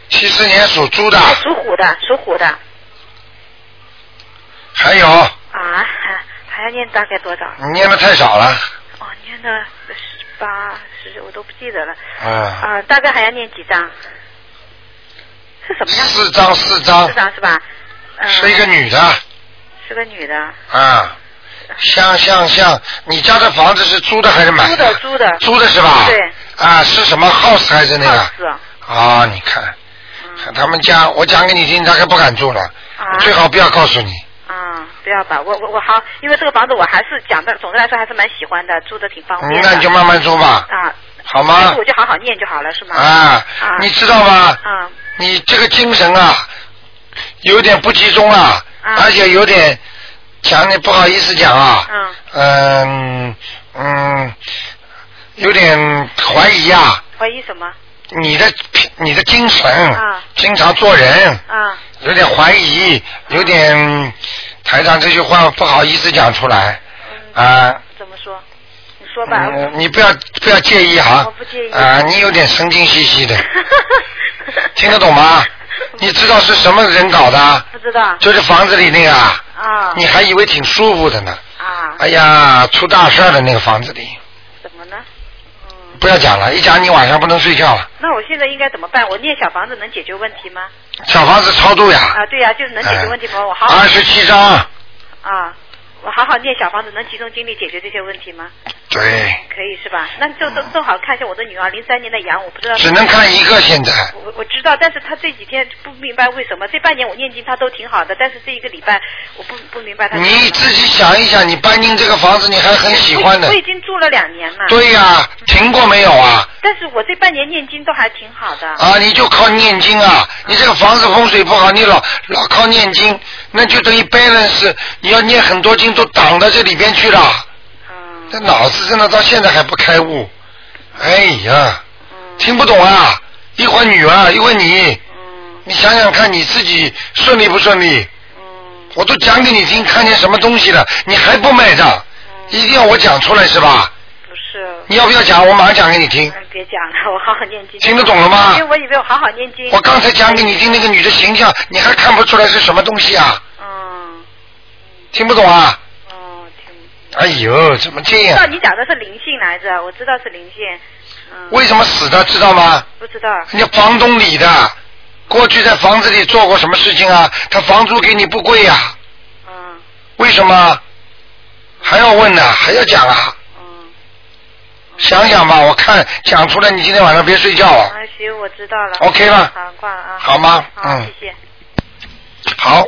七四年属猪的，哎属虎的，属虎的还有啊，还还要念大概多少？你念的太少了，哦，念了十八十，我都不记得了。啊，啊、大概还要念几张？是什么样？四张四张四张是吧？呃、是一个女的，是个女的。啊，像像像，你家的房子是租的还是买租的，租的。租的是吧？对。啊，是什么 house 还是那个？是啊。啊，你看，嗯他们家我讲给你听，大概不敢住了，啊最好不要告诉你。嗯，不要吧，我我我好，因为这个房子我还是讲的，总的来说还是蛮喜欢的，住的挺方便的。嗯那你就慢慢住吧啊。好吗但是我就好好念就好了，是吗？啊啊，你知道吗啊，你这个精神啊，有点不集中啊，而且有点讲你不好意思讲啊，嗯嗯，有点怀疑啊，怀疑什么？你的你的精神，啊经常做人，啊，有点怀疑，有点台上这句话不好意思讲出来啊。嗯怎么说？你说吧。嗯你不要不要介意哈我不介意。啊、你有点神经兮 [laughs] 兮的，听得懂吗？你知道是什么人搞的？不知道。就是房子里那个啊，啊。你还以为挺舒服的呢。啊。哎呀，出大事儿了那个房子里。怎么呢？不要讲了，一讲你晚上不能睡觉了。那我现在应该怎么办？我念小房子能解决问题吗？小房子超度呀，哎啊，对呀、就是能解决问题吗？我好好二十七张，啊，我好好念小房子，能集中精力解决这些问题吗？对，可以是吧？那就正正好看一下我的女儿，零三年的羊，我不知道。只能看一个现在我我知道，但是她这几天不明白为什么，这半年我念经她都挺好的，但是这一个礼拜我不不明白她。你自己想一想，你搬进这个房子你还很喜欢的我已我已经住了两年了。嗯对呀、停过没有啊？但是我这半年念经都还挺好的。啊，你就靠念经啊！你这个房子风水不好，你老老靠念经，那就等于 balance，你要念很多经都挡到这里边去了。这脑子真的到现在还不开悟，哎呀，听不懂啊！一会儿女儿，一会儿你，你想想看你自己顺利不顺利？我都讲给你听，看见什么东西了，你还不买账？一定要我讲出来是吧？嗯不是。你要不要讲？我马上讲给你听。嗯别讲了，我好好念经。听得懂了吗因为我以为我好好念经。我刚才讲给你听那个女的形象，你还看不出来是什么东西啊？嗯。听不懂啊？哦，听。哎呦，怎么这知道样？你讲的是灵性来着，我知道是灵性。嗯。为什么死的知道吗？不知道。人家房东理的，过去在房子里做过什么事情啊？他房租给你不贵呀、嗯。为什么？还要问呢、还要讲啊？嗯。想想吧，我看讲出来，你今天晚上别睡觉啊。嗯啊，行，我知道了。 OK 吧好，挂了啊。好吗好嗯谢谢。好，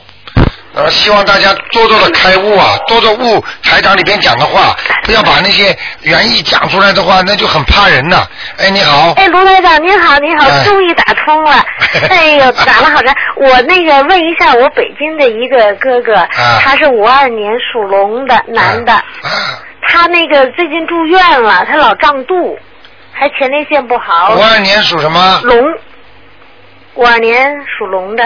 呃，希望大家多多的开悟啊，多多悟台长里边讲的话，不要把那些原意讲出来的话，那就很怕人呐、哎，你好，哎，卢台长您好，您好，哎终于打 [laughs] 通了。哎呦，打了好长。我那个问一下，我北京的一个哥哥，啊他是五二年属龙的男的，啊他那个最近住院了，他老胀肚，还前列腺不好。 52年属什么龙。五二年属龙的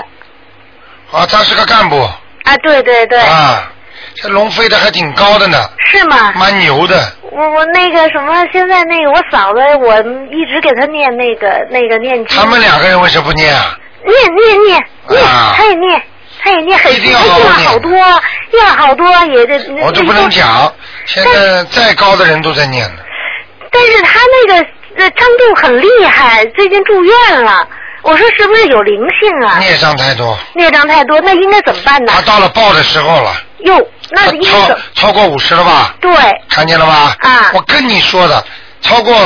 啊，他是个干部啊，对对对，啊，这龙飞的还挺高的 [laughs] 呢，是吗？蛮牛的，我我那个什么，现在那个我嫂子，我一直给她念那个那个念经。他们两个人为什么不念啊？念念念念，啊他也念，他也念很一定要他好好念念好多，念好多也得。我都不能嗯讲，现在再高的人都在念呢，但是他那个呃张度很厉害，最近住院了。我说是不是有灵性啊？孽障太多，孽障太多，那应该怎么办呢？他到了报的时候了，哟，那应该怎超超么？过五十了吧？对，看见了吧？啊！我跟你说的，超过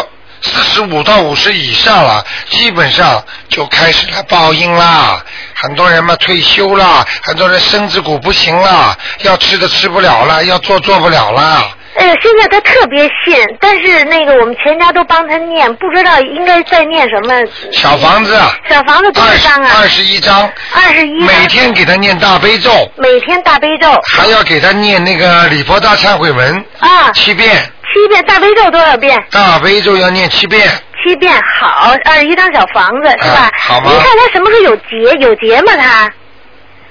四十五到五十以上了，基本上就开始来报应啦。很多人嘛退休啦，很多人身子骨不行啦，要吃的吃不了了，要做做不了啦。呃，现在他特别信，但是那个我们全家都帮他念，不知道应该再念什么。小房子啊小房子多少张啊？二十一章，二十一。每天给他念大悲咒，每天大悲咒。还要给他念那个礼佛大忏悔文啊，七遍，七遍大悲咒多少遍？大悲咒要念七遍，七遍好，二十一张小房子是啊吧？好吗您看他什么时候有劫？有劫吗？他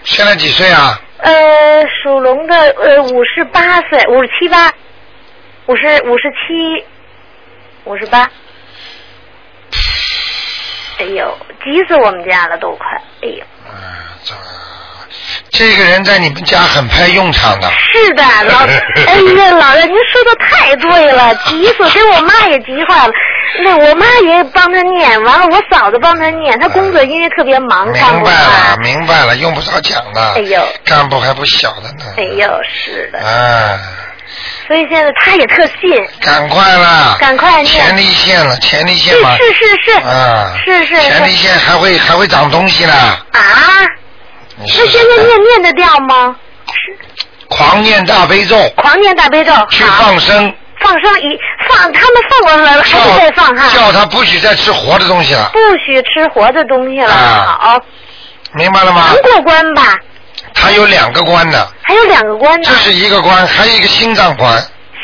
现在几岁啊？呃，属龙的呃五十八岁，五十七八，五十五十七，五十八。哎呦，急死我们家了，都快！哎呦，这个人在你们家很派用场的。是的，老， [laughs] 哎呀，老人，您说的太对了，急死，给我妈也急坏了。那我妈也帮他念，完了我嫂子帮他念，他工作因为特别忙，看哎明不白来。了，啊明白了，用不着讲了。哎呦干部还不小的呢。哎呦，是的，啊，所以现在他也特信。赶快啦！赶快念前列腺了，前列腺是嘛。是是是，啊。是是前列腺还会还会长东西呢，啊？你啊那现在念念得掉吗？狂念大悲咒，狂念大悲咒，去放生，放生一放，他们放过了，还得再放哈。叫他不许再吃活的东西了，不许吃活的东西了。哦啊好，明白了吗？能过关吧？他有两个关呢，还有两个关呢这，是一个关，还有一个心脏关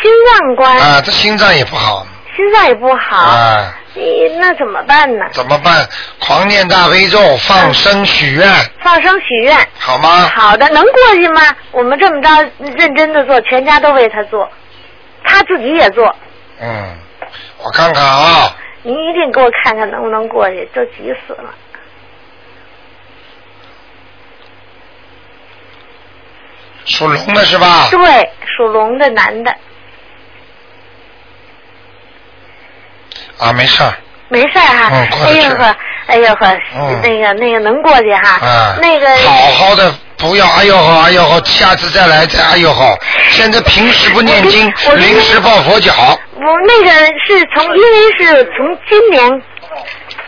心脏关，啊，他心脏也不好心脏也不好，啊，咦那怎么办呢？怎么办？狂念大悲咒，放生许愿，放生许愿。好吗？好的，能过去吗？我们这么着认真的做，全家都为他做，他自己也做。嗯，我看看啊，您一定给我看看能不能过去，都急死了。属龙的是吧？对，属龙的男的，啊，没事儿。没事儿哈，嗯过得哎去呦呵，哎呦呵，嗯那个那个能过去哈，啊那个好好的，不要哎呦好哎呦好，下次再来再哎呦好。现在平时不念经我，跟临时抱佛脚。我那个是从，因为是从今年，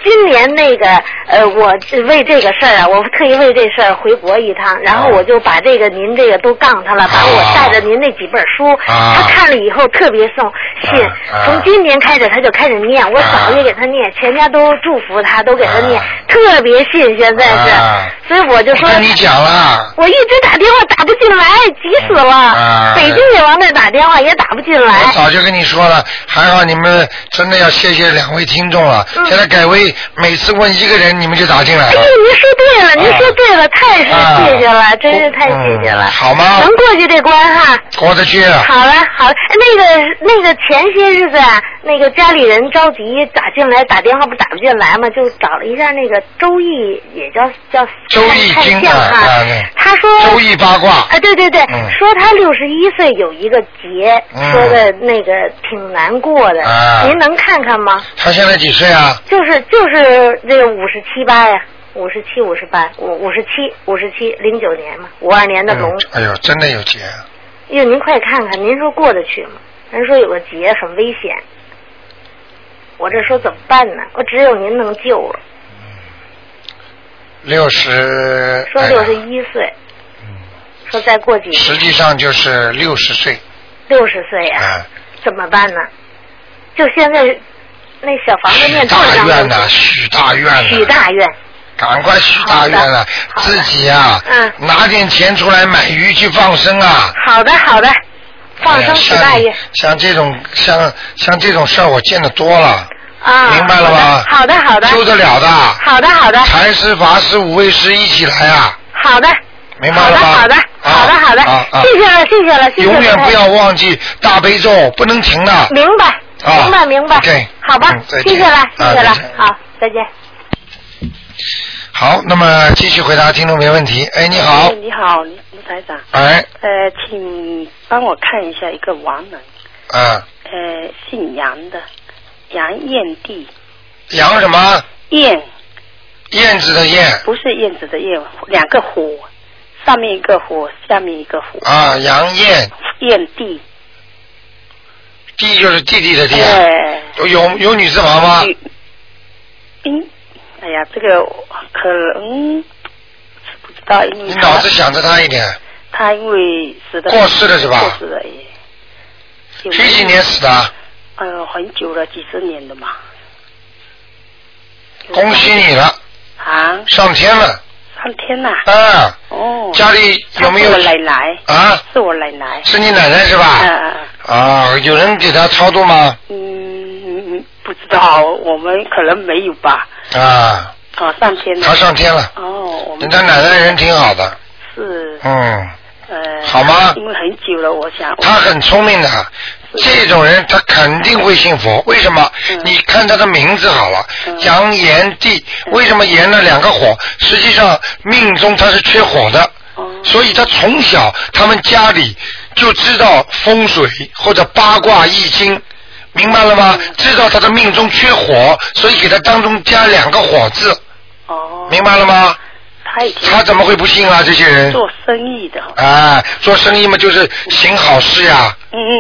今年那个呃，我为这个事儿啊，我特意为这事儿回国一趟，然哦后我就把这个您这个都杠他了，把我带着您那几本书，啊他看了以后特别送信，啊从今年开始他就开始念，我啊嫂子也给他念，全家都祝福他，都给他念，特别信，现在是，啊所以我就说我跟你讲了，我一直打电话打不进来，急死了，啊嗯北京也往那儿打电话也打不进来。我早就跟你说了，还好你们真的要谢谢两位听众了。嗯现在改为每次问一个人，你们就打进来哎了呦，。您说对了，您啊说对了，太是 [laughs] 谢谢了，真是太谢谢了。嗯好吗能？过去这关哈。过得去。好了好了，哎那个那个前些日子啊，那个家里人着急打进来打电话不打不进来嘛，就找了一下那个周易，也叫叫周易看经相啊哈。啊，对他说周易八卦啊，对对对，嗯说他六十一岁有一个劫，嗯说的那个挺难过的，啊您能看看吗？他现在几岁啊？就是就是这个五十七八呀，五十七五十八，五五十七五十七零九年嘛，五二年的龙。哎呦，真的有劫，哟、您快看看，您说过得去吗？人说有个劫很危险，我这说怎么办呢？我只有您能救了。六十。说哎呀嗯六十一岁，说再过几实际上就是六十岁六十岁呀、啊，怎么办呢？就现在那小房子念多哎大少愿张？呐，许大愿呐，许大愿。赶快许大愿了，自己啊，嗯拿点钱出来买鱼去放生啊。好的好的，放生许大愿哎呀像你像这种像像这种事儿，我见得多了，啊。明白了吗？好的好的。救得了的。好的好的。财师、法师、五位师一起来啊，好的，明白好了的，吗？好的，好的，好的啊啊，谢谢了，谢谢了，谢谢了。永远不要忘记大悲咒，不能停的。明白，啊明白，明白。 OK，好吧嗯再，见谢谢了，谢啊谢了再见，好，再见。好，那么继续回答听众朋友问题。哎，你好哎，你好，卢卢台长。哎，呃，请帮我看一下一个亡人，啊，呃，姓杨的，杨燕娣。杨什么？燕。燕子的燕。不是燕子的燕，两个火，上面一个火，下面一个火。啊杨燕。燕娣。弟就是弟弟的弟啊，哎。有有有女字旁吗？女嗯，哎呀，这个可能不知道，因为你他脑子想着他一点，他因为死的过世了是吧过世了也。有几几年死的啊？呃，很久了，几十年的嘛。恭喜你了，啊，上天了。上天呐、啊，哦，家里有没有她是我奶奶？啊，是我奶奶。是你奶奶是吧嗯嗯啊，有人给他超度吗？嗯嗯，不知道，我们可能没有吧。啊，哦，上天了。她上天了哦，我们。人家奶奶人挺好的，是嗯，呃。好吗因为很久了，我想。他很聪明的，这种人他肯定会信佛。为什么？你看他的名字好了，杨炎帝，为什么炎了两个火？实际上命中他是缺火的，所以他从小他们家里就知道风水或者八卦易经。明白了吗？知道他的命中缺火，所以给他当中加两个火字。哦。明白了吗？他以前。他怎么会不信啊？这些人。做生意的。啊，做生意嘛，就是行好事呀、嗯嗯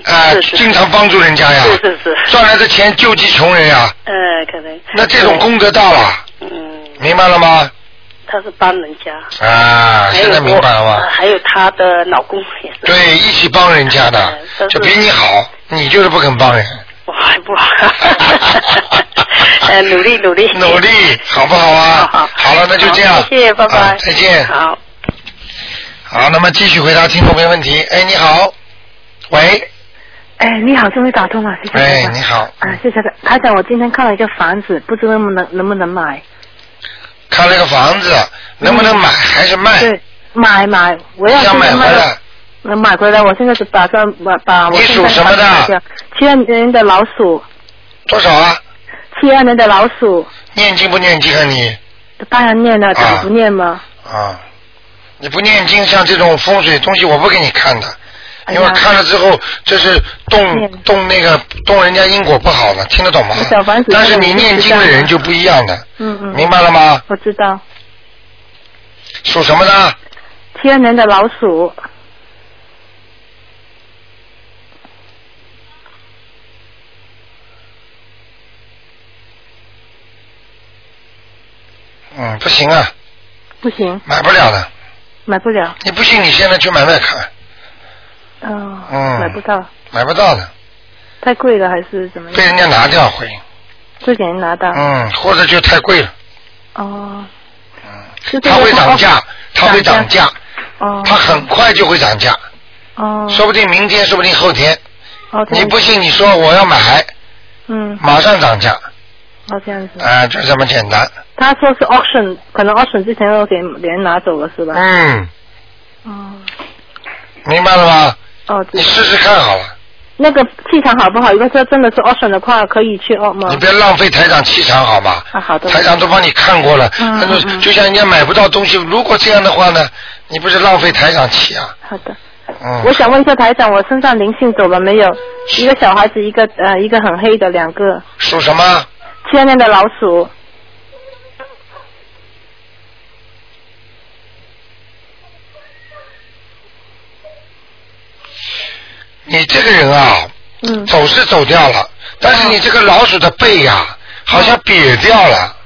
嗯嗯。啊，经常帮助人家呀，是是是。赚来的钱救济穷人呀，呃，可能。那这种功德大了，嗯，明白了吗？他是帮人家。啊，还有现在明白了我呃吗？还有她的 [laughs] 老公 [laughs] 也是，对，一起帮人家嗯的，就比你好，你就是不肯帮人，我还不好。呃，努力努力。努力，好不好啊？好了，那就这样，谢谢，拜拜、啊再见好。好，那么继续回答听众朋友问题。哎，你好，喂，哎，你好，终于打通了，谢谢台哎，长你好，啊，谢谢台台长，我今天看了一个房子，不知道能不能能不能买，看那个房子能不能嗯买还是卖？对，买买，我要要现买在回卖来了。能买回来，我现在就打算把把我你现在属什么的房子卖掉？七二年的老鼠，多少啊？七二年的老鼠，念经不念经啊你？当然念了，怎么不念吗？啊啊，你不念经，像这种风水东西，我不给你看的。哎因为看了之后这是动动那个动人家因果不好了，听得懂吗？小房子但是你念经的人就不一样的，嗯嗯，明白了吗？我知道，属什么的？七二年的老鼠，嗯，不行啊，不行，买不了的。买不了，你不信，你现在去买买看，哦，嗯买不到，买不到的，太贵了还是怎么样？被人家拿掉会，啊就给人拿到，嗯，或者就太贵了，哦，它会涨价，它会涨涨价，哦它很快就会涨价，哦说不定明天，说不定后天，哦，这你样不子信，你说我要买，嗯，马上涨价，哦这样子，啊，就这么简单，他说是 auction，可能 auction 之前都给别人拿走了是吧？嗯，哦明白了吗？哦，你试试看好了，那个气场好不好？如果说真的是 auction 的话，可以去 auction 吗？你别浪费台长气场好吗？啊，好的。台长都帮你看过了，嗯那就就像人家买不到东西，如果这样的话呢，你不是浪费台长气啊？好的。嗯，我想问一下台长，我身上灵性走了没有？一个小孩子，一个呃，一个很黑的，两个属什么？七二年的老鼠，你这个人啊，嗯，走是走掉了，但是你这个老鼠的背呀、好嗯像瘪掉了。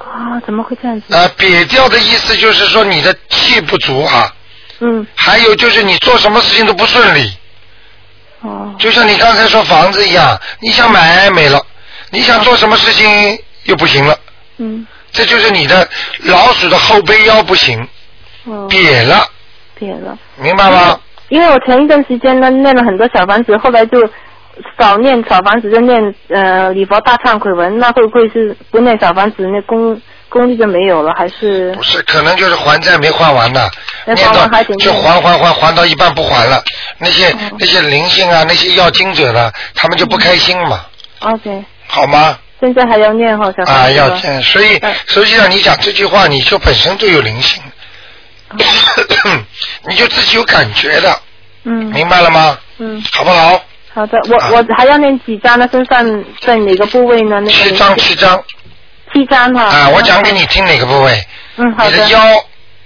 啊，怎么会这样子？呃，瘪掉的意思就是说你的气不足啊，嗯，还有就是你做什么事情都不顺利。哦。就像你刚才说房子一样，你想买没了，你想做什么事情又不行了，嗯，这就是你的老鼠的后背腰不行，哦，瘪了，瘪了。明白吗？因为我前一段时间呢念了很多小房子，后来就少念小房子，就念呃礼佛大忏悔文，那会不会是不念小房子，那功功力就没有了？还是不是，可能就是还债没还完呢，那念还到完还得嗯就念还还还还到一半不还了，那些那些灵性啊，那些要经者呢，他们就不开心嘛，嗯 OK？好吗？现在还要念哈小房子啊，要吧见，所嗯以实际上你讲这句话，你就本身就有灵性， [coughs] 你就自己有感觉的，嗯，明白了吗？嗯，好不好？好的，我、啊我还要念几张呢？身上在哪个部位呢？那个七张，七张七张哈。啊，我讲给你听哪个部位，嗯，好你的。的腰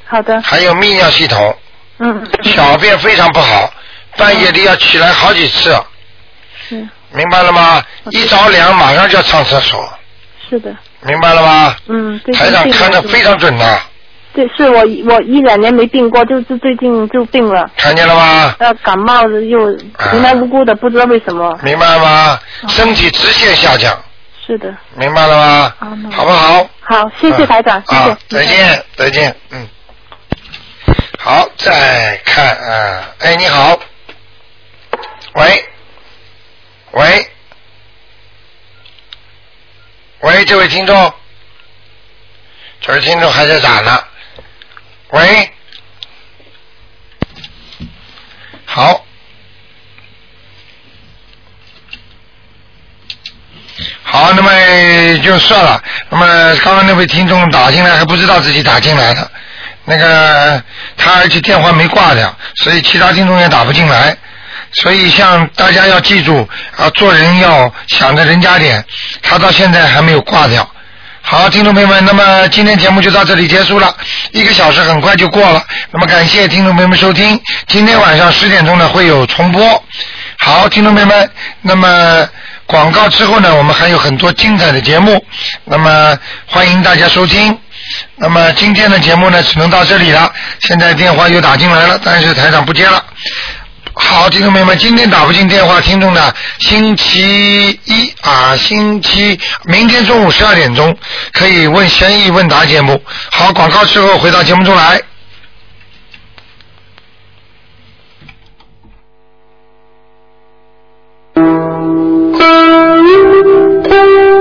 好的。还有泌尿系统，嗯。小便非常不好，半夜里要起来好几次，是明白了吗？一着凉马上就要上厕所，是的，明白了吗？嗯，对。台长最近看的是非常准的，对，是我我一两年没病过，就是最近就病了。看见了吗？呃，感冒了又啊无来无故的，不知道为什么。明白吗？身体直线下降，是的。明白了吗？好不好？好，谢谢台长，谢谢啊。，再见，再见，嗯。好，再看啊，哎，你好，喂，喂，喂，这位听众，这位听众还在打呢，喂，好，好，那么就算了。那么刚刚那位听众打进来还不知道自己打进来的，那个他而且电话没挂掉，所以其他听众也打不进来。所以像大家要记住啊，做人要想着人家点，他到现在还没有挂掉。好，听众朋友们，那么今天节目就到这里结束了，一个小时很快就过了。那么感谢听众朋友们收听，今天晚上十点钟呢会有重播。好，听众朋友们，那么广告之后呢，我们还有很多精彩的节目，那么欢迎大家收听。那么今天的节目呢，只能到这里了。现在电话又打进来了，但是台长不接了。好，听众朋友们，今天打不进电话，听众呢，星期一啊，星期明天中午十二点钟可以问悬疑问答节目。好，广告之后回到节目中来。嗯